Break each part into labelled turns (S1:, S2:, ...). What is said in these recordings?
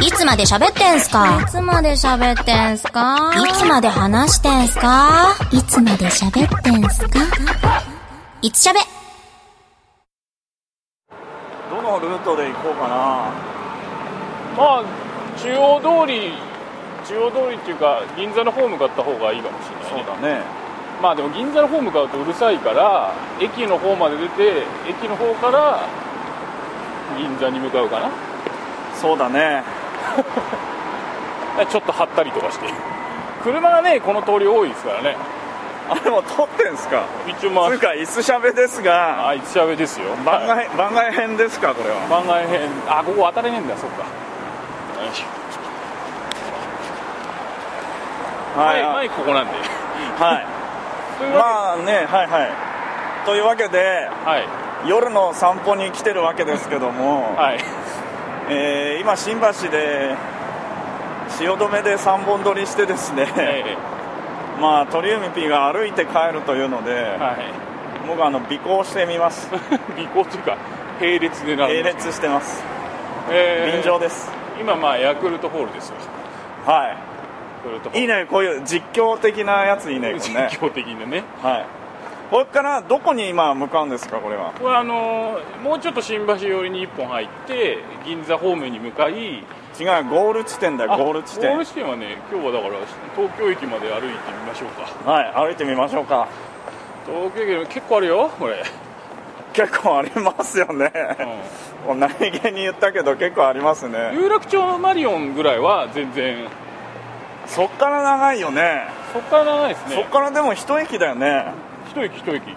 S1: いつまで喋ってんすかいつまで喋ってんすかいつまで話してんすかいつまで喋ってんすかいつ喋
S2: どのルートで行こうかな
S3: まあ中央通り中央通りっていうか銀座の方向かった方がいいかもしれない
S2: そう
S3: ね
S2: だね
S3: まあでも銀座の方向かうとうるさいから駅の方まで出て駅の方から銀座に向かうかな
S2: そうだね
S3: ちょっと張ったりとかして車がねこの通り多いですからね
S2: あれも撮ってんす か
S3: 一応ま
S2: つうか椅子しゃべですが
S3: ああいつしゃべですよ
S2: 番
S3: はい
S2: 外番外編ですかこれは
S3: 番外編あここ当たれねえんだそっか
S2: はい
S3: 前前ここなんで
S2: はい
S3: というわ
S2: まあねはいはいというわけで
S3: けはい
S2: 夜の散歩に来てるわけですけども、
S3: はい
S2: えー今新橋で汐留で3本撮りしてですね、
S3: え
S2: まあ鳥海 P が歩いて帰るというので、
S3: えは
S2: 僕あの尾行してみます
S3: い 尾行というか並列で並
S2: 並
S3: んで
S2: 列してます
S3: ええ
S2: 便乗です、
S3: 今まあヤクルトホールですよ
S2: は
S3: ヤクルトホール
S2: いいいねこういう実況的なやついいねこれ
S3: 実
S2: ね
S3: 況的にね
S2: はいこれからどこに今向かうんですかこれは
S3: これあのーもうちょっと新橋寄りに1本入って銀座方面に向かい
S2: 違うゴール地点だよ
S3: あ
S2: ゴール地
S3: ゴー
S2: 点
S3: ル地点はね今日はだから東京駅まで歩いてみましょうか
S2: はい歩いてみましょうか
S3: 東京駅結構あるよこ れ、
S2: 結構ありますよね、
S3: う
S2: もう何気に言ったけど結構あります
S3: ん、
S2: ね
S3: 有楽町のマリオンぐらいは全然
S2: そっから長いよね
S3: そっから長いです
S2: そっ
S3: ね
S2: からでも一駅だよね
S3: 一駅一駅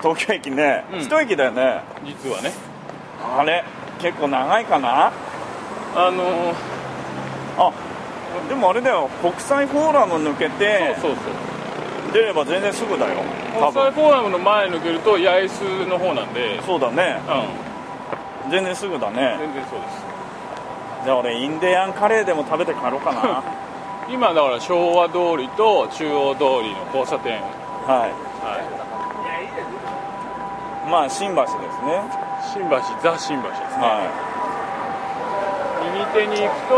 S2: 東京駅ね、
S3: うん
S2: 一駅だよね
S3: 実はね
S2: あれ結構長いかな
S3: あのー
S2: あでもあれだよ国際フォーラム抜けて
S3: そうそうそう
S2: 出れば全然すぐだよ多
S3: 国際
S2: 分
S3: フォーラムの前抜けると八重洲の方なんで
S2: そうだね
S3: う
S2: 全然すぐだ
S3: ん
S2: ね
S3: 全然そうです
S2: じゃあ俺インディアンカレーでも食べて帰ろう かな
S3: 今だから昭和通りと中央通りの交差点
S2: は
S3: はい
S2: いまあ新橋ですね
S3: 新橋ザ新橋ですね、
S2: は
S3: 右手に行くと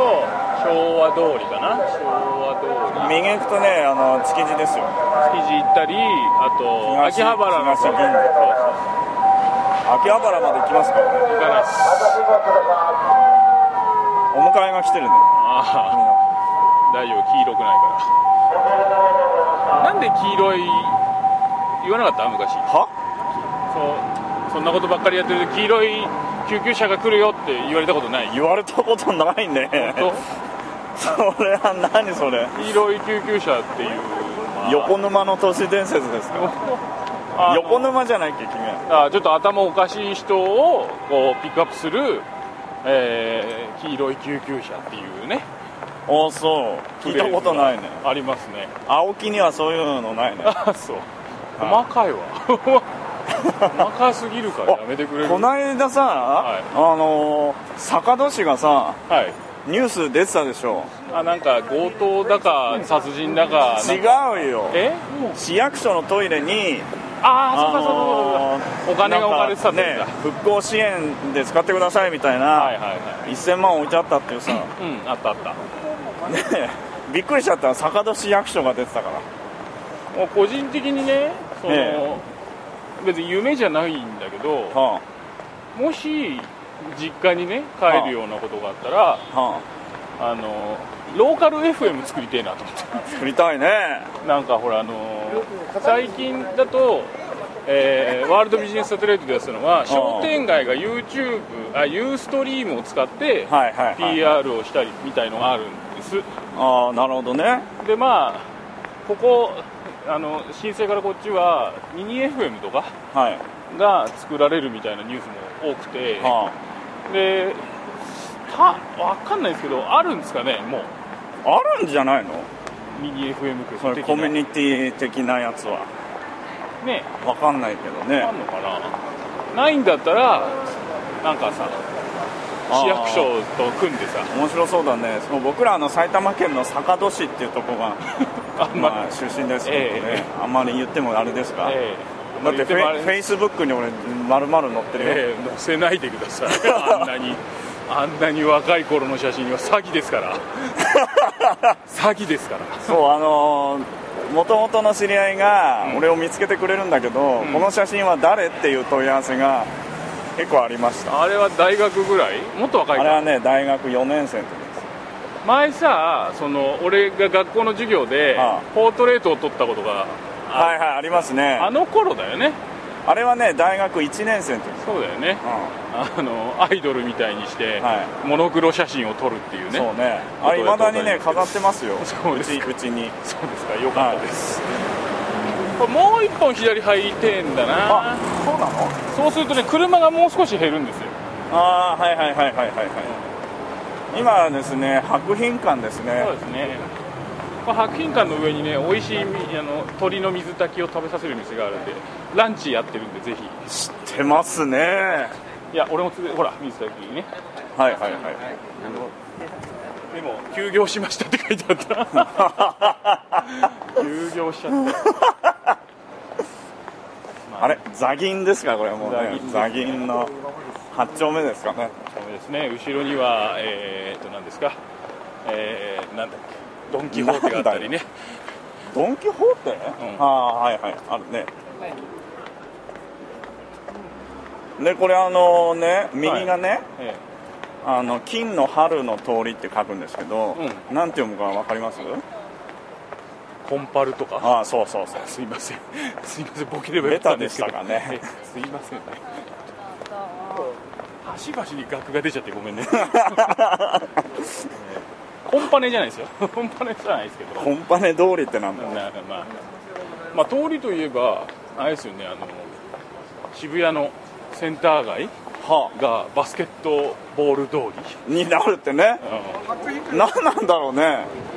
S3: 昭和通りかな昭和
S2: い
S3: 通り
S2: 右行くとねあの築地ですよ
S3: 築地行ったりあと
S2: 東
S3: 秋葉原の
S2: 東銀座
S3: そうそう
S2: 秋葉原まで行きますか俺
S3: 行かないっす
S2: お迎えが来てるね
S3: ああ大丈夫黄色くないからなんで黄色い言わなかった昔
S2: は
S3: そうそんなことばっかりやってると黄色い救急車が来るよって言われたことない
S2: 言われたことないね
S3: と
S2: それは何それ
S3: 黄色い救急車っていうのは
S2: 横沼の都市伝説ですか
S3: あの
S2: 横沼じゃないっけ君は
S3: あちょっと頭おかしい人をこうピックアップする、えー黄色い救急車っていうね
S2: おそう聞いたことないね
S3: ありますね
S2: 青木にはそういうのない ね
S3: あそう細かいわ 細かすぎるからやめてくれる
S2: こないださ、
S3: はい
S2: あのー坂戸市がさ
S3: はい
S2: ニュース出てたでしょ
S3: あなんか強盗だか殺人だかなんか
S2: 違うよ
S3: え
S2: 市役所のトイレに
S3: ああそうかそうかそうかお金が置かれてたんだ、
S2: なんかね復興支援で使ってくださいみたいな、
S3: はいはいは
S2: 1000万置いてあったっていう さ、
S3: いうんあったあった
S2: ねびっくりしちゃった坂戸市役所が出てたから
S3: もう個人的にねその、
S2: え
S3: 別に夢じゃないんだけど
S2: は
S3: もし実家にね帰るようなことがあったら
S2: あは
S3: あのローカル FM 作りてえ なと思っ
S2: あ作りたいね
S3: てなんかほらあの最近だと、えーワールドビジネスサテライトでやってたのは商店街が YouTube あユーストリームを使って
S2: はいはい、はい、
S3: PR をしたりみたいのがあるんです
S2: ああなるほどね
S3: でまあここあの新生からこっちはミニ FM とか
S2: はい
S3: が作られるみたいなニュースも多くて、
S2: は
S3: でた分かんないですけどあるんですかねもう
S2: ああるんじゃないの
S3: ミニ FM 局
S2: それ
S3: 的
S2: コミ
S3: な
S2: ュニティ的なやつは
S3: ね
S2: わかんないけどね
S3: あんのかなないんだったらなんかさ
S2: あー
S3: 市役所と組んでさ
S2: 面白そうだねその僕らあの埼玉県の坂戸市っていうとこ が、
S3: あん
S2: ま
S3: ま
S2: あ、出身ですけどね、
S3: え
S2: あんまり言ってもあれですか、
S3: ええ
S2: だってフ
S3: 言もあ
S2: ェ
S3: れ
S2: フェイスブックに俺丸々載ってるよ、
S3: ええ載せないでくださいあんなにあんなに若い頃の写真は詐欺ですから 詐欺ですから
S2: そうあのもともとの知り合いが
S3: うん
S2: 俺を見つけてくれるんだけど、
S3: ん
S2: この写真は誰っていう問い合わせが結構ありました
S3: あれは大学ぐらいもっと若い
S2: あ
S3: か
S2: れ
S3: ら
S2: はね大学4年生の時です
S3: 前さその俺が学校の授業で
S2: ああ
S3: ポートレートを撮ったことがあ
S2: はいはいありますね
S3: あ
S2: あ
S3: の頃だよね
S2: れはね大学1年生の時です、
S3: そうだよね
S2: うん
S3: あのアイドルみたいにして、
S2: は
S3: モノクロ写真を撮るっていうね
S2: そうねあれいまだにね飾ってますよ
S3: そうです
S2: ちうちに
S3: そうですかよか
S2: は
S3: っ
S2: い
S3: たです、これもう一本左入ってんだ
S2: あ
S3: な
S2: そうなの
S3: そうするとね車がもう少し減るんですよ
S2: ああはいはいはいはいはいはい今はですね博品館ですね
S3: そうですねこれ博品館の上にね美味しいみあの鳥の水炊きを食べさせる店があるんでランチやってるんでぜひ
S2: 知ってますねはい
S3: いや俺もつほら水炊きね
S2: はいはい
S3: でも休業しましたって書いて あった休業しちゃった
S2: あれ座銀ですかこれはもうね座
S3: 座
S2: 銀,、
S3: 銀
S2: の8丁目ですかね
S3: ダメですね後ろにはえー、っと何ですかえー、なんだっけドン・キホーテがあったりね
S2: ドン・キホーテ、
S3: ん
S2: ああはいはいあるねでこれあのね右がね、
S3: え
S2: あの金の春の通りって書くんですけど、なんて読むか分かります
S3: ーコンパルとか
S2: ああそうそうそう
S3: すいませんすいませんボケればよかったんですけど
S2: ベタでしたかね
S3: ええすいませんね端々に額が出ちゃってごめんね コンパネじゃないですよコンパネじゃないですけど
S2: コンパネ通りってなんだ
S3: なまあ、まあ、通りといえばあれですよねあの渋谷のセンター街
S2: は
S3: がバスケットボール通り、
S2: あになるってね
S3: う
S2: 何なんだろうね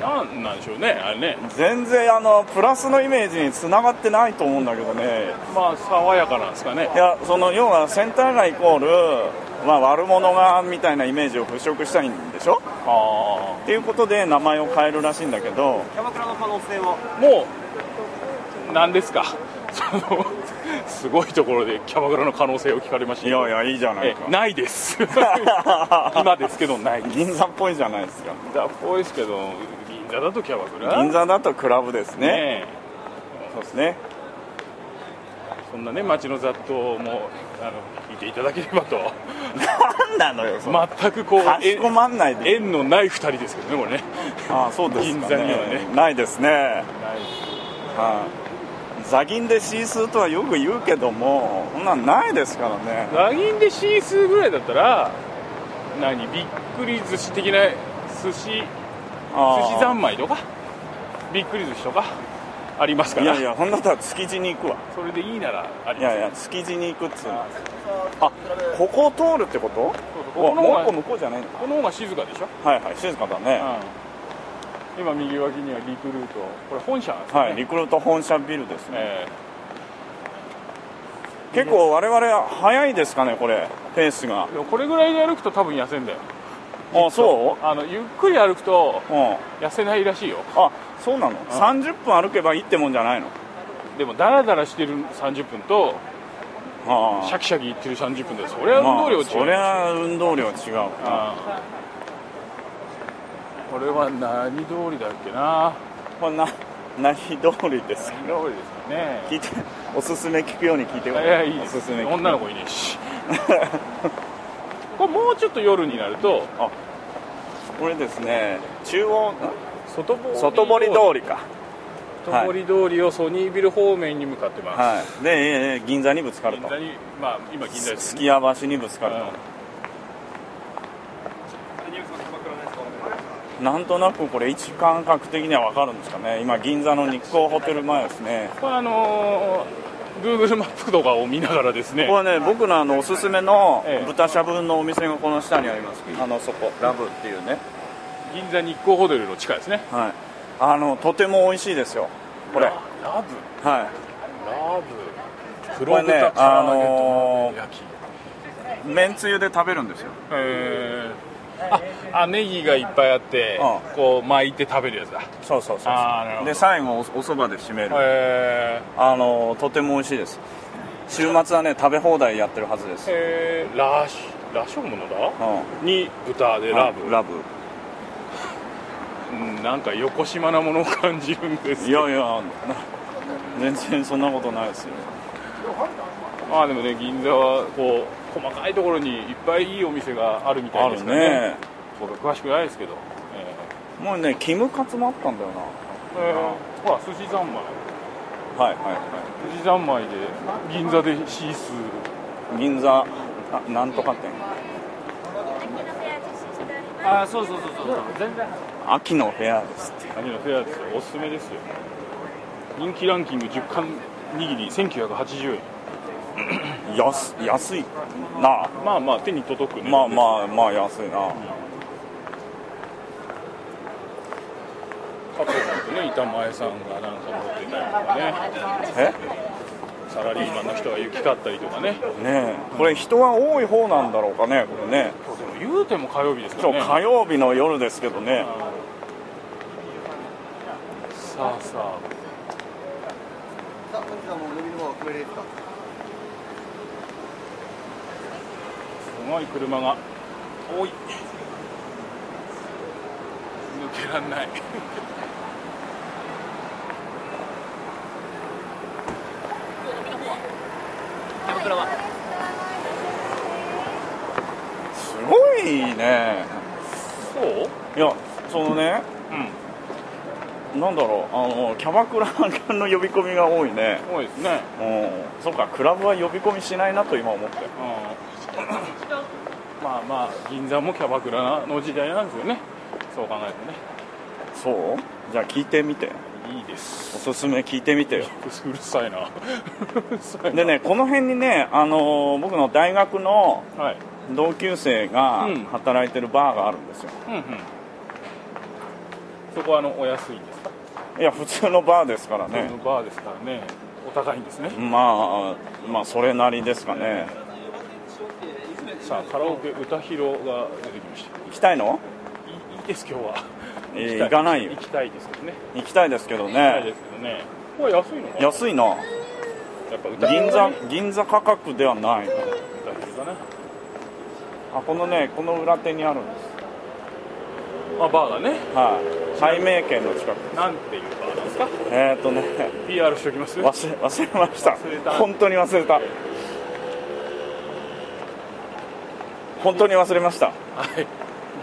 S3: ん、なんなんでしょうねあれね
S2: 全然あのプラスのイメージにつながってないと思うんだけどね
S3: まあ爽やかなんですかね
S2: いやその要はセンター街イコール、まあ、悪者がみたいなイメージを払拭したいんでしょ
S3: あ
S2: っていうことで名前を変えるらしいんだけど
S4: キャバクラの可能性は
S3: あもう何ですか そのすごいところでキャバクラの可能性を聞かれました
S2: いやいやいいじゃない
S3: え
S2: か
S3: ないです 今ですけどない
S2: 銀座っぽいじゃないですか
S3: 銀座っぽいですけど銀座だとキャバクラ
S2: 銀座だとクラブですね
S3: ねえ
S2: そうですね
S3: そんなね街の雑踏もあの聞いていただければ と
S2: なんなのよそれ
S3: 全くこう
S2: かしこまんない
S3: え
S2: で
S3: 縁のない2人ですけどねこれね
S2: ああそうですか、ね、
S3: 銀座にはね
S2: ないですねはいザギンでシースーとはよく言うけどもそんなんないですからね
S3: ラギンでシースーぐらいだったら何びっくり寿司的な寿司
S2: あ
S3: 寿
S2: ー
S3: 司三昧とかびっくり寿司とかありますか
S2: い
S3: ら
S2: やいやそんなったら築地に行くわ
S3: それでいいならあり
S2: い
S3: ます
S2: やいや築地に行くっつうのあここを通るってこと
S3: そうそう
S2: お
S3: この
S2: もう一
S3: 方
S2: 個
S3: が
S2: 向こうじゃないのか
S3: この方が静かでしょ、
S2: はいはい静かだね、
S3: うん、今右脇にはリクルートこれ本社なんですね、
S2: はいリクルート本社ビルですね、
S3: え
S2: 結構我々早いですかねこれペースが
S3: ーでもこれぐらいで歩くと多分痩せんだよ
S2: あそ
S3: あのゆっくり歩くと
S2: ううん
S3: 痩せないらしいよ
S2: あそうなの30分歩けばいいってもんじゃないの
S3: でもダラダラしてる30分と
S2: あ
S3: シャキシャキいってる30分でそれは運動量違う、
S2: そりゃ運動量違う
S3: あこれは何通りだっけな
S2: こんな 何通りですか
S3: 何通りですかね
S2: 聞いておすすめ聞くように聞いて
S3: い
S2: く
S3: やいい
S2: お
S3: ですす
S2: すめ
S3: ね
S2: 聞く
S3: 女の子いねえし これもうちょっと夜になると
S2: これですね中央ん
S3: 外堀
S2: 外堀通りか
S3: 外堀通りをソニービル方面に向かってます、
S2: はいでええ銀座にぶつかる
S3: 銀
S2: と
S3: 座にまあ今銀座です
S2: す
S3: ね
S2: き家橋にぶつか
S3: う
S2: る
S3: ん
S2: となんとなくこれ位置感覚的には分かるんですかね今銀座の日光ホテル前ですね
S3: これあのー、Google マップとかを見ながらですね
S2: これはね僕のあのおすすめの
S3: ええ
S2: 豚しゃぶのお店がこの下にありますあのそこラブっていうね
S3: 銀座日光ホテルの地下ですね
S2: はいあのとても美味しいですよこれ
S3: ララブ
S2: はい
S3: ラブ黒
S2: これね
S3: 豚唐揚げと
S2: あの
S3: 鍋
S2: ー
S3: 焼き、
S2: めんつゆで食べるんですよ
S3: えーああネギがいっぱいあって
S2: う
S3: こう巻いて食べるやつだ
S2: そうそうそうそう
S3: あーなるほど
S2: で最後おおそばで締める、
S3: え
S2: あのとても美味しいです週末はね食べ放題やってるはずです
S3: ーえーラーシ羅生門の羅
S2: う
S3: に豚で
S2: ん
S3: ラブ
S2: ラブ
S3: うんなんか横島なものを感じるんです
S2: い
S3: けど
S2: やいやな全然そんなことないですよ
S3: まあでもね銀座はこう細かいところにいっぱいいいお店があるみた
S2: あ
S3: いで
S2: る
S3: すからね
S2: ね
S3: 僕は詳しくないですけど、え
S2: もうねキムカツもあったんだよな
S3: ーえーほら寿司三昧
S2: はいは
S3: 寿司三昧で銀座でシース
S2: いはい銀座あなんとか店
S4: あそうそうそうそう全然
S2: 秋のフェアですって
S3: ーのフェアですよおすすめですよ人気ランキング10巻握り1980円
S2: 安安いなあ
S3: まあまあ手に届くね
S2: まあまあまあ安いな
S3: 加藤さんとね板前さんがなんか持ってたりとかね
S2: え
S3: サラリーマンの人が行き交ったりとかねでも
S2: ねえこれ人が多い方なんだろうかねこれね
S3: 言うても火曜日ですか
S2: 今
S3: らね
S2: 日火曜日の夜ですけどね
S3: さあさ
S5: さあ、本日はもう飲みの方お決まりですか。
S3: あすごい車が
S2: 多い
S3: 抜けらんない
S4: 手袋は
S2: すごいね
S3: そう
S2: いやそのね
S3: う
S2: なんだろうあのキャバクラの呼び込みが多いね
S3: ん多いですね
S2: うんそうかクラブは呼び込みしないなと今思って
S3: うんまあまあ銀座もキャバクラの時代なんですよねそう考える
S2: そうじゃあ聞いてみて
S3: とねいいです
S2: おすすめ聞いてみてよ
S3: うるさいなうるさいな
S2: でねこの辺にねあの僕の大学の
S3: はい
S2: 同級生が
S3: うん
S2: 働いてるバーがあるんですよ、
S3: うんうんそこはあのお安いんですか、
S2: いや普通のバーですからね
S3: そのバーですからねお高いんですね、
S2: まあまあそれなりですかね
S3: さあカラオケ歌広が出てきましたい
S2: 行きたいの
S3: いいいです今日は
S2: えー
S3: きた
S2: 行かないよ
S3: 行きたいですけどね
S2: 行きたいですけど
S3: 行きたいで
S2: ね
S3: すけどねこれ安いのかなや
S2: 安いな
S3: っぱ歌
S2: 銀座
S3: 広
S2: 銀座価格ではないな
S3: だね歌広だね
S2: あこのねこの裏手にあるんです
S3: まあバーがね
S2: はい改名圏の近く
S3: なんていうバーなんですか
S2: えっ、とね
S3: PR しておきます
S2: 忘れ忘れました
S3: 忘れた
S2: 本当に忘れた本当に忘れました
S3: はい、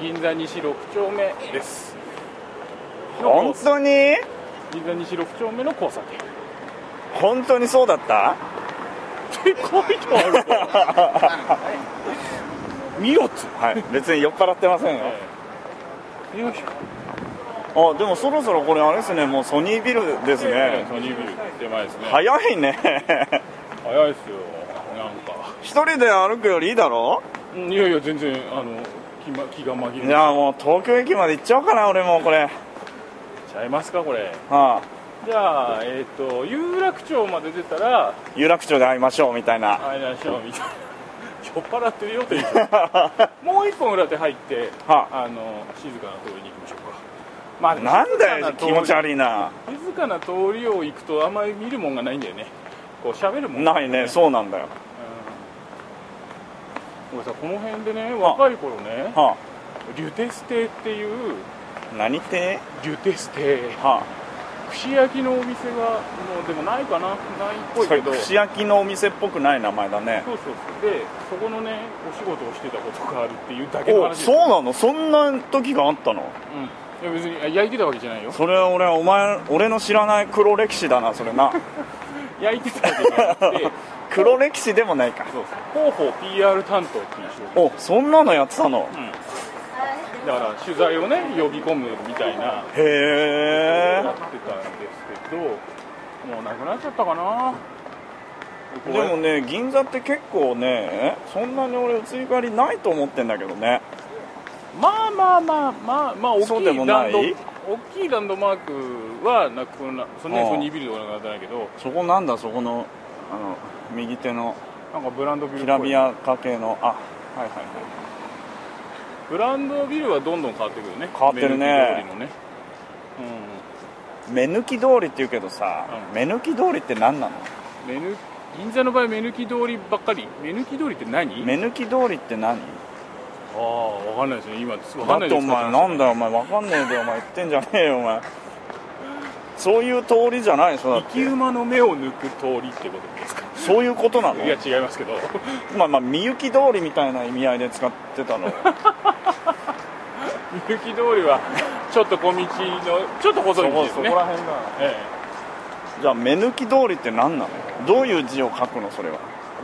S3: 銀座西6丁目です。の
S2: 本
S3: 交差
S2: 当に
S3: 銀座西6丁目の交差点。
S2: 本当にそうだった
S3: って書いてあるわ
S2: 見よっつはい別に酔っ払ってませんよ
S3: えーよいしょ。
S2: あでもそろそろこれあれですねもうソニービルですね
S3: ソニービル手前ですね。
S2: 早いね
S3: 早いですよ。なんか。
S2: 一人で歩くよりいいだろ
S3: うんいやいや全然あの気ま気が紛れ
S2: じゃあもう東京駅まで行っちゃおうかな俺もうこれ
S3: ちゃいますかこれ。
S2: はあ
S3: じゃあえっ、と有楽町まで出たら
S2: 有楽町で会いましょうみたいな
S3: あれなんでしょうみたいな。 酔っ払ってるよって言うもう一本裏手入って、
S2: は
S3: あの静かな通りに行きましょうか。まあでも
S2: なんだよ気
S3: 静かな通り
S2: 持ち悪いな
S3: 静かな通りを行くとあんまり見るもんがないんだよねこう喋るもんが
S2: ないねそうなんだよ
S3: うん俺さこの辺でね若い頃ね
S2: は
S3: リュテステっていう
S2: あ何って
S3: リュテステ
S2: は
S3: 串焼きのお店がもうでもないかなないっ
S2: あ
S3: ぽい
S2: そ
S3: け
S2: れ
S3: ど
S2: 串焼きのお店っぽくない名前だね
S3: そうそうそうでそこのねお仕事をしてたことがあるっていうだけの
S2: お
S3: 話
S2: そうなのそんな時があったの
S3: うん、いや別にあ焼いてたわけじゃないよ
S2: それは俺お前俺の知らない黒歴史だなそれ な
S3: 焼いてたわけじゃなくて
S2: 黒歴史でもないか
S3: そうそう広報 PR 担当っていう仕事
S2: おそんなのやってたの
S3: だから取材をね呼び込むみたいな
S2: へえ
S3: やってたんですけどもうなくなっちゃったかな
S2: でもね銀座って結構ねそんなに俺移り変わりないと思ってんだけどね
S3: まあまあまあまあまあ大
S2: そう
S3: き
S2: で
S3: い
S2: も
S3: ラ
S2: ない
S3: ンド大きいランドマークはなくなその
S2: あ
S3: ね
S2: あ
S3: ソニービルとかなくなったんだけど
S2: そこなんだそこのあの右手の
S3: なんかブランドビル
S2: き
S3: っぽい
S2: らびやか系のあはいはいは
S3: ブランドビルはどんどん変わってくるね
S2: 変わってるね
S3: 目抜き通りのね
S2: い目抜き通りって言うけどさ
S3: うん
S2: 目抜き通りって何なの
S3: うん目抜銀座の場合目抜き通りばっかり目抜き通りって何
S2: 目抜き通りって何
S3: ああ分かんないですね今分
S2: だ
S3: かんない
S2: っ
S3: で
S2: て
S3: す
S2: お前なんだよお前わかんねえでお前言ってんじゃねえよお前そういう通りじゃないでしょだっ
S3: 生
S2: て
S3: き馬の目を抜く通りってことですか
S2: そういうことなの
S3: いや違いますけど
S2: まあまあみゆき通りみたいな意味合いで使ってた の
S3: みゆき通りはちょっと小道のちょっと細い道ですね
S2: ら辺だ
S3: え
S2: じゃあ目抜き通りって何なのどういう字を書くのそれは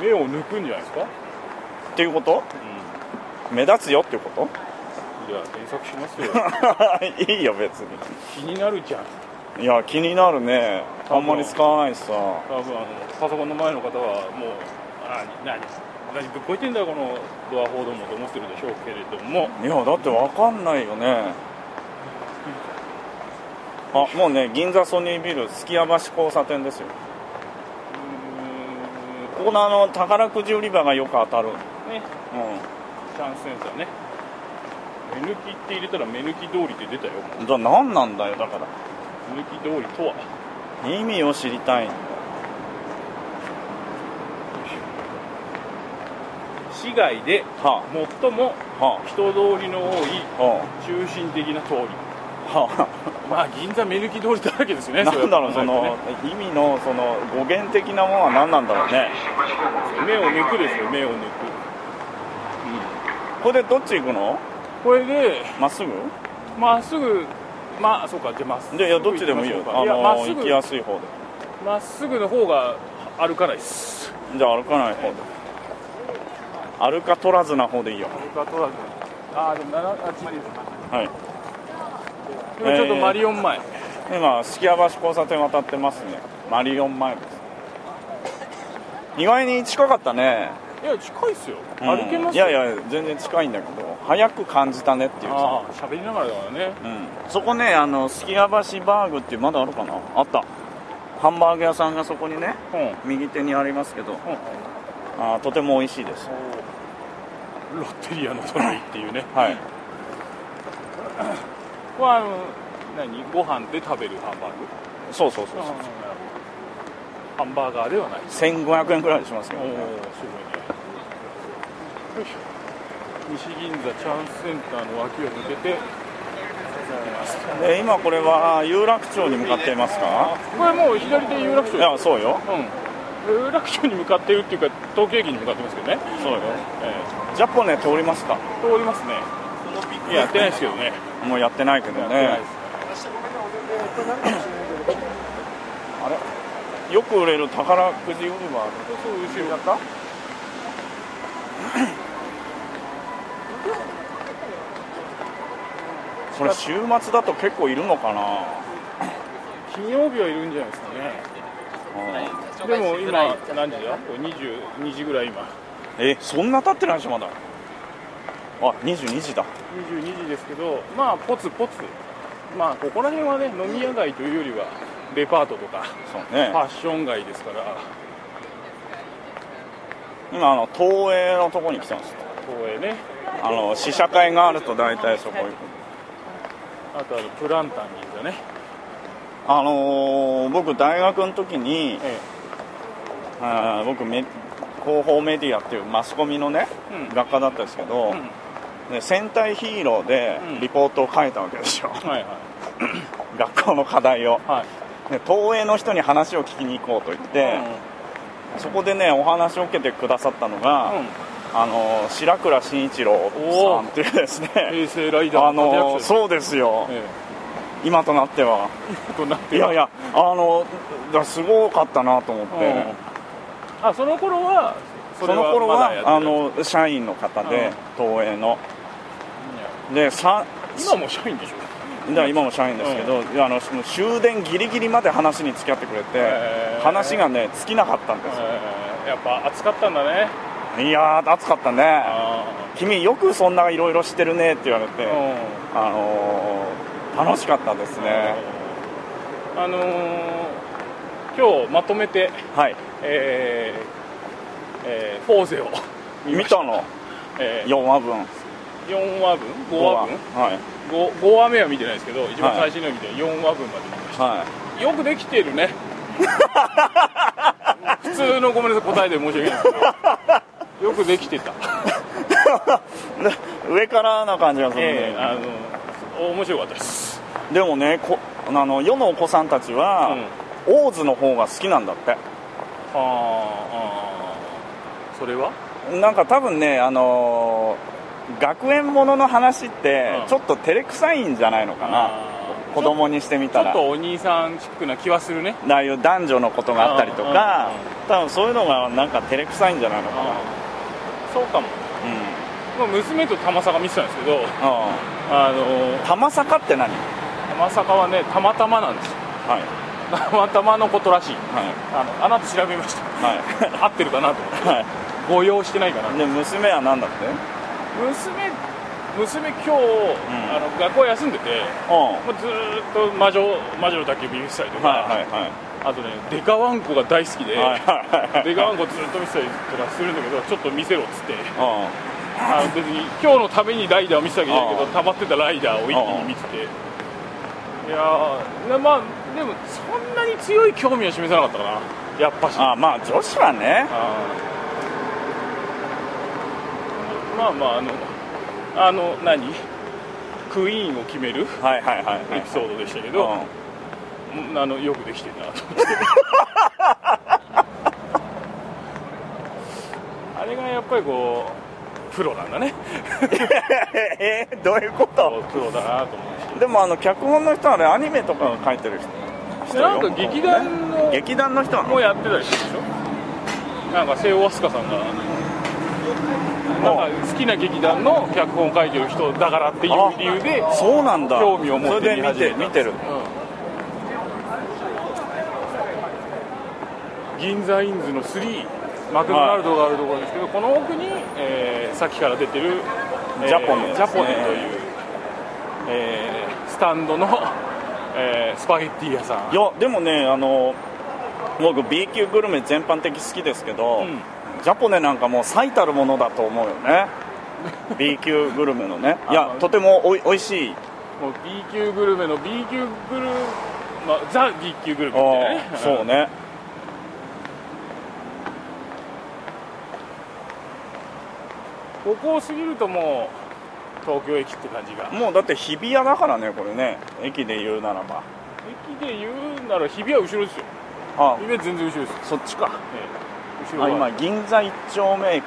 S3: え目を抜くんじゃないですか
S2: っていうこと
S3: うん
S2: 目立つよっていうこ
S3: じゃあ検索しますよ
S2: と いいよ別に
S3: 気になるじゃん
S2: いや気になるねあんまり使わないしさ
S3: 多分あのパソコンの前の方はもうあ何何ぶっこいてんだよこのドア報道もと思ってるでしょうけれども
S2: いやだってわかんないよねあもうね銀座ソニービル数屋橋交差点ですよここのあの宝くじ売り場がよく当たるうん
S3: ねチャンスセンサーね目抜きって入れたら目抜き通りって出たよ
S2: じゃあ何なんだよだか
S3: 目抜き通りとは
S2: ら意味を知りたいんだ
S3: 市外で
S2: は
S3: 最も
S2: あは
S3: 人通りの多い
S2: あは
S3: 中心的な通り
S2: あは
S3: まあ銀座目抜き通りだらけですよ
S2: あな
S3: ね
S2: んだろうそ
S3: れは
S2: の意味のその語源的なものは何なんだろうね
S3: 目を抜くですよ目を抜く
S2: これでどっち行くの
S3: これで
S2: まっすぐ
S3: まっすぐまあそうかじゃあまっすぐ
S2: でいやどっちでもいいよ
S3: 行きましょ
S2: あ
S3: うかいやまっ
S2: の
S3: す
S2: 行
S3: ぐ
S2: きやすい方で
S3: まっすぐの方が歩かないです
S2: じゃあ歩かない方で歩か取らずな方でいいよ
S3: 僕は取らずああでもならあっちです
S2: はい
S3: 今ちょっとマリオン前、
S2: 今数屋橋交差点渡ってますねマリオン前です意外に近かったね、
S3: いや近いっすよ、
S2: うん
S3: 歩けます
S2: い
S3: よ
S2: やいや全然近いんだけど早く感じたねっていうさ
S3: ああ喋りながらだからね
S2: うん、そこねあの数屋橋バーグっていうまだあるかなあったハンバーグ屋さんがそこにね
S3: うん、うん
S2: 右手にありますけどあーとても美味しいです
S3: ロッテリアの隣っていうね
S2: はい
S3: これはあの何ご飯で食べるハンバーグ
S2: そうそうそうそう
S3: ハンバーガーではない
S2: 1500円くらいしますけ
S3: お
S2: ど
S3: おすごいね
S2: ね
S3: よいしょ西銀座チャンスセンターの脇を抜けて
S2: で今これは有楽町に向かっていますか
S3: これもう左手有楽町
S2: い
S3: ですよ
S2: やそうよ
S3: うん有楽町に向かってるっていうか東京駅に向かってますけどね、
S2: そうよ
S3: え
S2: ジャポネ通りますか
S3: え通りますねいややってないですけどね
S2: もうやってないけど
S3: やってない
S2: ね
S3: です
S2: よく売れる宝くじ売り場ある
S3: そう後ろ
S2: これ週末だと結構いるのかな
S3: 金曜日はいるんじゃないですかねでも今何時だこれ22時ぐらい今
S2: えそんな経ってないでしょまだあ22時だ
S3: 22時ですけどまあポツポツまあここら辺はね飲み屋街というよりはデパートとか
S2: そうね
S3: ファッション街ですから
S2: 今あの東映のとこに来てます
S3: 東映ね
S2: あの試写会があると大体そこ行く
S3: あとあのプランタン銀座ね、
S2: あのー僕大学の時に
S3: え
S2: あー僕め広報メディアっていうマスコミのね、
S3: うん
S2: 学科だったんですけど、ね戦隊ヒーローで
S3: うん
S2: リポートを書いたわけですよ、
S3: え、はいは
S2: 学校の課題を
S3: いはい
S2: で東映の人に話を聞きに行こうと言って、そこでねお話を受けてくださったのが、
S3: うん
S2: あの白倉慎一郎さんっていうですね
S3: 平成ライダー
S2: あの
S3: う、
S2: そうですよ、
S3: え
S2: 今となっては
S3: え、となって
S2: いやいやあのだからすごかったなと思って、
S3: うんあその頃は
S2: そ
S3: れ
S2: の頃
S3: ま
S2: は
S3: だやってない
S2: あの社員の方で、東映のでさ
S3: 今も社員でしょ
S2: だから今も社員ですけど、あのその終電ギリギリまで話に付き合ってくれて、
S3: へー
S2: 話がね尽きなかったんですよ、
S3: えーやっぱ暑かったんだね
S2: いやー暑かったね
S3: あ
S2: 君よくそんないろいろしてるねって言われて、
S3: ーうん
S2: あのー楽しかったですね、
S3: あのー今日まとめて、
S2: はい
S3: えーえーフォーゼを、
S2: 見たの
S3: え
S2: 4話分
S3: 4話分5話分
S2: はい
S3: 5, 5話目は見てないですけど一番
S2: は
S3: 最
S2: い
S3: 新の見て4話分まで見まし
S2: は
S3: たよくできてるね普通のごめんなさい答えで申し訳ないですけどよくできてた
S2: 上からな感じがするん
S3: え
S2: で
S3: え、あの面白かったです
S2: でもねこあの世のお子さんたちは、オーズの方が好きなんだって
S3: ああそれは
S2: なんか多分ねあのー学園ものの話って
S3: うん
S2: ちょっと照れくさいんじゃないのかな、
S3: あー
S2: 子供にしてみ
S3: ちょ
S2: た
S3: っ
S2: ら
S3: とお兄さんチックな気はするね
S2: ああいう男女のことがあったりとか
S3: うん
S2: 多分そういうのがなんか照れくさいんじゃないのかな
S3: そうかも、まあ、娘と玉坂見てたんですけど
S2: うん、うん
S3: あの
S2: 玉坂って何
S3: 玉坂はねたまたまなんですよ
S2: はい
S3: たまたまのことらしい
S2: はい
S3: あのあなた調べました
S2: は
S3: 合ってるかなと思って
S2: いは
S3: 誤用してないかなと
S2: いで娘は何だって
S3: 娘娘今
S2: ん
S3: 日、あの学校休んでて
S2: うん
S3: もうずーっと魔女魔女の宅急便見てたりとか、
S2: はいはいはい
S3: あとねデカワンコが大好きで、
S2: はいはいはい
S3: デカワンコずっと見てたりとかするんだけどちょっと見せろっつって
S2: うん
S3: あの別に今日のためにライダーを見てたわけじゃないけど
S2: ああ
S3: 溜まってたライダーを一気に見てていやーでまあでもそんなに強い興味は示さなかったかなやっぱし
S2: あまあ女子はね
S3: あーまあまああのあの何クイーンを決める
S2: はいはいはいはい
S3: エピソードでしたけ
S2: う
S3: ど、
S2: ん
S3: うんあのよくできてる なと思ってあれがやっぱりこうプロなんだね
S2: えーどういうこと
S3: プロだなと思うし
S2: でもあの脚本の人はねアニメとかが書いてる人人よ
S3: なんか劇団の
S2: 劇団の人なの
S3: もうやってたりするでしょなんか西尾飛鳥さんがなんか好きな劇団の脚本書いてる人だからっていう理由で
S2: そうなんだ
S3: 興味を持っ
S2: それ
S3: て
S2: で
S3: 見
S2: 見
S3: 始
S2: て
S3: めた
S2: 見てる
S3: うん銀座インズの3マクドナルドがあるところですけど、この奥に、えーさっきから出てる、えー
S2: ジャポネですね
S3: ジャポネという、えースタンドの、えースパゲッティ屋さん
S2: いやでもねあの僕 B 級グルメ全般的好きですけど、
S3: うん
S2: ジャポネなんかもう最たるものだと思うよね B 級グルメのねいや
S3: あ
S2: とてもおいおいしい
S3: もう B 級グルメの B 級グルまあ、ザ B 級グルメみたいなね
S2: あーそうね
S3: ここを過ぎるともう東京駅って感じが
S2: もうだって日比谷だからねこれね駅で言うならば
S3: 駅で言うなら日比は後ろですよ
S2: あ
S3: 日比は全然後ろですよ、
S2: そっちか
S3: ええ後ろ
S2: あ
S3: は
S2: 今銀座一丁目駅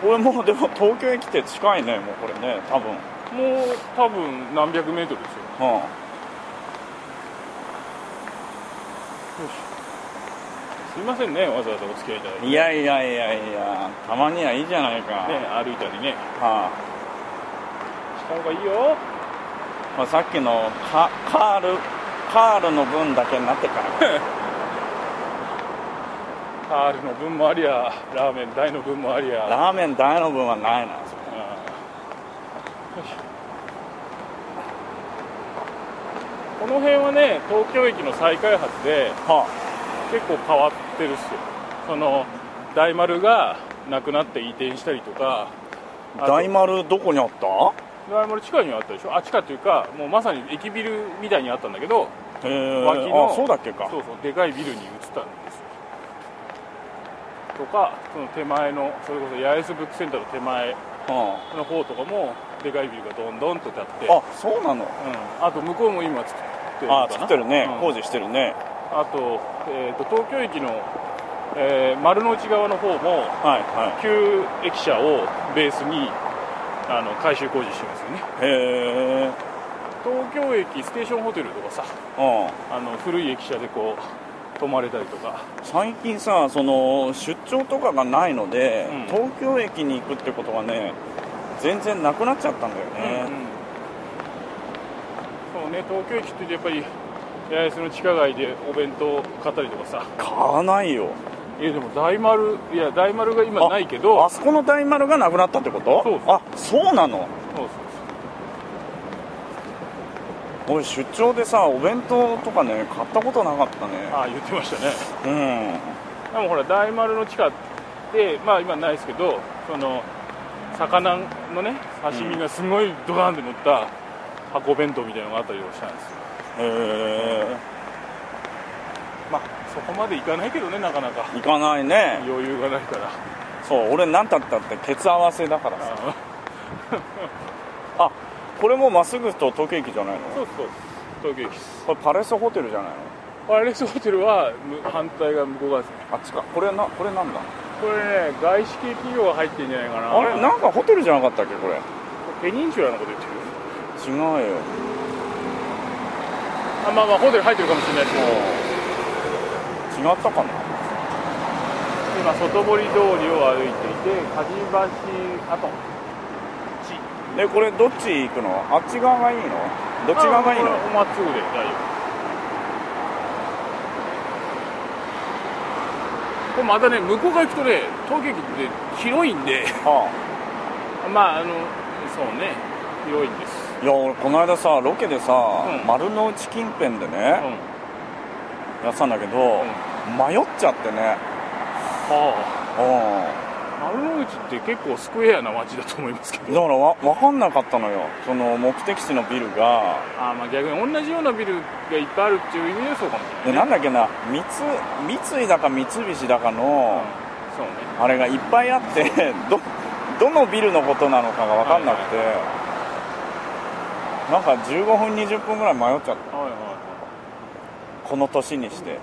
S2: これもうでも東京駅って近いねもうこれね多分
S3: うんもう多分何百メートルですよ
S2: うん
S3: すいませんねわざわざお付き合いいただいて
S2: いやいやいやいやたまにはいいじゃないか、
S3: ね歩いたりね
S2: は
S3: した方がいいよ
S2: あまあ、さっきのカカールカールの分だけになってから
S3: カールの分もありやラーメン大の分もあり や
S2: ラーメン大の分はないなそれ
S3: うんよいしょこの辺はね東京駅の再開発で
S2: は
S3: 結構変わってるっすよその大丸がなくなって移転したりとかあ
S2: あ、
S3: と
S2: 大丸どこにあった
S3: 大丸地下にはあったでしょあ地下というかもうまさに駅ビルみたいにあったんだけど
S2: へえ
S3: 脇の
S2: あそうだっけか
S3: そうそうでかいビルに移ったんですよとかその手前のそれこそ八重洲ブックセンターの手前
S2: うん
S3: の方とかもでかいビルがどんどんと建って
S2: あそうなの
S3: うん、あと向こうも今作ってるのかな
S2: あ作ってるね、
S3: うん
S2: 工事してるね
S3: あと,、えー、と東京駅の、えー丸の内側の方も
S2: はいは
S3: 旧駅舎をベースにあの改修工事してます
S2: い
S3: よね
S2: へえ
S3: 東京駅ステーションホテルとかさ
S2: う
S3: あの古い駅舎でこう泊まれたりとか
S2: ん最近さその出張とかがないので、
S3: うん
S2: 東京駅に行くってことがね全然なくなっちゃったんだよね、
S3: そうね東京駅ってやっぱり八重洲の地下街でお弁当買ったりとかさ
S2: 買わないよ
S3: いやでも大丸いや大丸が今ないけど
S2: あそこの大丸がなくなったってこと
S3: そう
S2: あそうなの
S3: そうそう
S2: 俺出張でさお弁当とかね買ったことなかったね
S3: ああ言ってました
S2: う
S3: ね
S2: ん
S3: でもほら大丸の地下でまあ今ないですけどその魚のね刺身がすごいドカーンって乗った箱弁当みたいなのがあったりとかしたんです
S2: へ
S3: よ
S2: え
S3: そこまでいかないけどねなかなか
S2: 行かないね
S3: 余裕がないから
S2: そう俺何だったってケツ合わせだからさ
S3: あ
S2: あこれもうまっすぐと東京駅じゃないの
S3: ーそうそう東京駅です
S2: これパレスホテルじゃないの
S3: パレスホテルはむ反対が向こう側ですね
S2: あっちかこれなこれなんだ
S3: これね外資系企業が入ってんじゃないかな
S2: あれなんかホテルじゃなかったっけこれ
S3: ペニンシュラのこと言ってる
S2: 違うよ
S3: あまあまあホテル入ってるかもしれないですけど
S2: 違ったかな
S3: 今外堀通りを歩いていて梶橋跡地
S2: でこれどっち行くのあっち側がいいのどっち側がいいの
S3: あこれまっすぐで大丈夫これまたね向こう側行くとね東京駅って広いんで
S2: あ
S3: まああのそうね広いんです
S2: あいや俺この間さロケでさ、
S3: うん
S2: 丸の内近辺で
S3: うん
S2: ね、やってたんだけど、迷っちゃってね
S3: は
S2: う
S3: あ丸の内って結構スクエアな街だと思いますけ
S2: ん
S3: ど
S2: だからわ分かんなかったのよその目的地のビルが
S3: あーまあ逆に同じようなビルがいっぱいあるっていう意味ではそうかもし
S2: で
S3: れない、
S2: な
S3: ね、
S2: んだっけな三つ三井だか三菱だかの、
S3: うんそうね
S2: あれがいっぱいあって どどのビルのことなのかが分かんなくて、なんか15分20分ぐらい迷っちゃった
S3: はいはいはい
S2: この年にして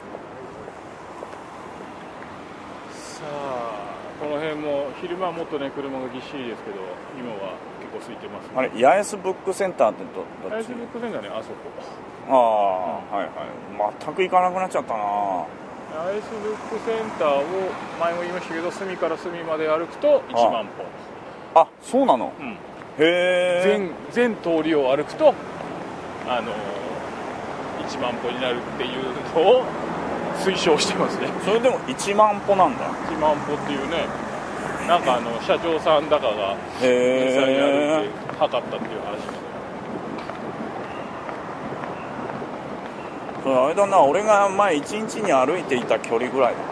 S3: さあこの辺も昼間はもっとね車がぎっしりですけど今は結構空いてますね
S2: あれ八重洲ブックセンターってどど
S3: ラ
S2: っ
S3: イ
S2: ち
S3: ズブックセンターねあそこ
S2: ああ、はいはい全く行かなくなっちゃったな
S3: ライズブックセンターを前も言いましたけど隅から隅まで歩くと1万歩
S2: あそうなの
S3: うん
S2: へえ
S3: 全全通りを歩くとあのー、1万歩になるっていうのを推奨してますね
S2: それでも1万歩なんだ
S3: 1万歩っていうねなんかあの社長さんだかが実際に
S2: へ
S3: 歩
S2: え
S3: いて測ったっていう話も
S2: それあれだな俺が前1日に歩いていた距離ぐらいだな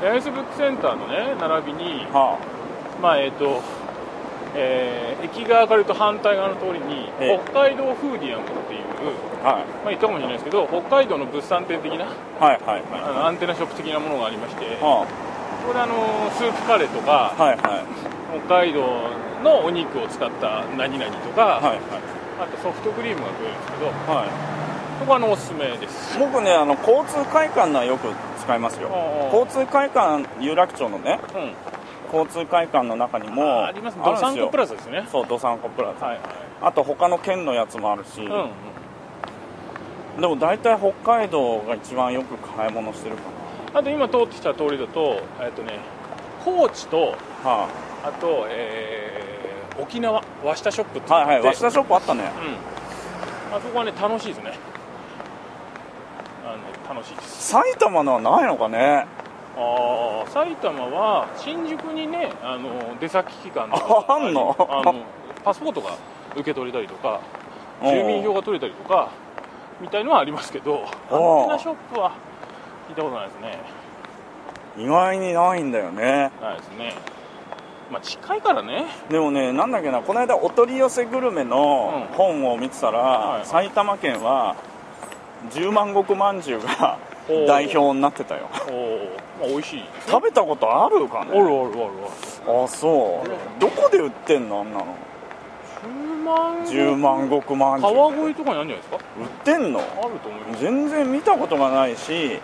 S3: 八重洲ブックセンターのね並びに、
S2: は
S3: まあえっとえー駅側から言うと反対側の通りに
S2: ええ
S3: 北海道フーディアムっていう、
S2: あ、はい、
S3: まあ、言ったかもしれないですけど北海道の物産展的な
S2: はいはい
S3: あ
S2: は
S3: のアンテナショップ的なものがありまして
S2: いは
S3: これあのスープカレーとか
S2: あはいはい
S3: 北海道のお肉を使った何々とか、
S2: はい
S3: あとソフトクリームが食えるんですけど
S2: はいは
S3: そこはあのおすすめです
S2: い僕ねあの交通会館のはよく使いますよ
S3: ああ
S2: 交通会館有楽町のね
S3: うん
S2: 交通会館の中にも
S3: あありますね
S2: ある
S3: ド
S2: ん
S3: サ
S2: で
S3: ン
S2: す
S3: コ
S2: よ
S3: プラスですね
S2: そうドサンコプラザ、
S3: はいはい
S2: あと他の県のやつもあるし、
S3: うんうん
S2: でも大体北海道が一番よく買い物してるか
S3: あと今通ってきた通りだと、えっとね、高知と、
S2: な、は
S3: あと、えー沖縄、和下ショップって
S2: あ、はいはい
S3: で
S2: 和田ショップあったね
S3: うん。あそこはね、楽しいですね。あの、楽しいです。
S2: 埼玉のはないのかね
S3: ああ、埼玉は、新宿にね、あの、出先機関
S2: ああんの
S3: あの、パスポートが受け取れたりとか、住民票が取れたりとか、みたいのはありますけど、アンテナショップは聞いたことないですね。
S2: 意外にないんだよね
S3: ないですね。まあ、近いからね。
S2: でもねなんだっけなこの間お取り寄せグルメの
S3: うん
S2: 本を見てたら、
S3: はい
S2: 埼玉県は十万石まんじゅうが
S3: おー
S2: 代表になってたよ
S3: おお、まあ、美味しいですね
S2: 食べたことあるか
S3: あるあ
S2: ね
S3: るあるある
S2: あそうどこで売ってんのあんなの
S3: 10万
S2: 十万石まんじゅう
S3: 川越とかにあるんじゃないですか
S2: 売ってんの
S3: あると思います
S2: 全然見たことがないし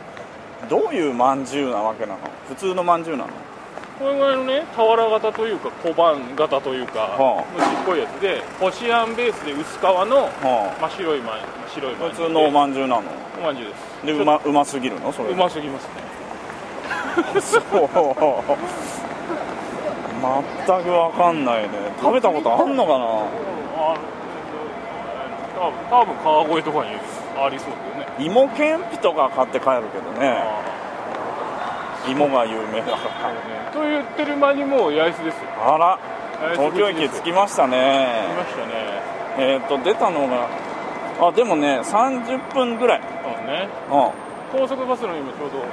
S2: どういうまんじゅうなわけなの普通のまんじゅうなの
S3: これぐらいのね俵型というか小判型というか
S2: は
S3: 虫っこいやつでこしあんベースで薄皮の
S2: は
S3: 真っ白いまん白い
S2: あ
S3: まん
S2: 普
S3: じゅう
S2: 通
S3: で
S2: のおまんじゅうなの
S3: おまんじゅうです
S2: で
S3: ちょ
S2: うまうますぎるのそれ
S3: うますぎますね
S2: そう全くわかんないね食べたことあんのかな
S3: あ多分多分川越とかにありそうだよね
S2: 芋けんぴとか買って帰るけどね
S3: あ
S2: 芋が有名だか
S3: あと言ってる間にもう八重洲ですよ
S2: らあら東
S3: 東
S2: 京駅着き
S3: ま
S2: ました
S3: ま
S2: ね
S3: したね
S2: えっ、と出たのがあでもね30分ぐらい
S3: そうね
S2: う
S3: 高速バスの今ちょうど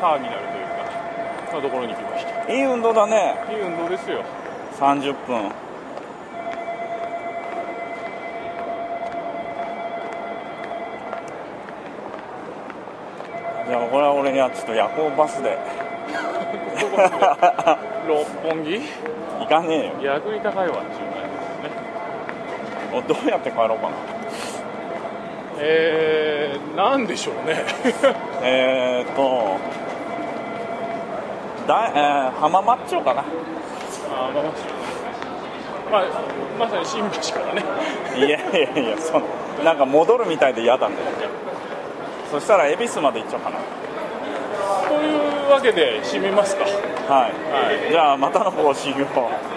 S3: ターミナルというかのところに来ました
S2: んいい運動だね
S3: いい運動ですよ
S2: 30分いやこれは俺にはちょっと夜行バスで
S3: 六本木
S2: 行かねえよ
S3: 逆に高いわっていう感じですね
S2: おどうやって帰ろうかな
S3: えー、なんでしょうね
S2: えーっとだい、えー、浜松町かな
S3: あーまあまあまあまさに新橋からね
S2: いやいやいやそのなんか戻るみたいで嫌なんだよそしたら恵比寿まで行っちゃおうかな
S3: というわけで締めますか
S2: はい、
S3: は
S2: じゃあまたの更新を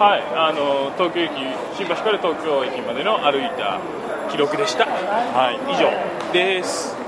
S3: はいあの東京駅新橋から東京駅までの歩いた記録でした
S2: はい
S3: 以上です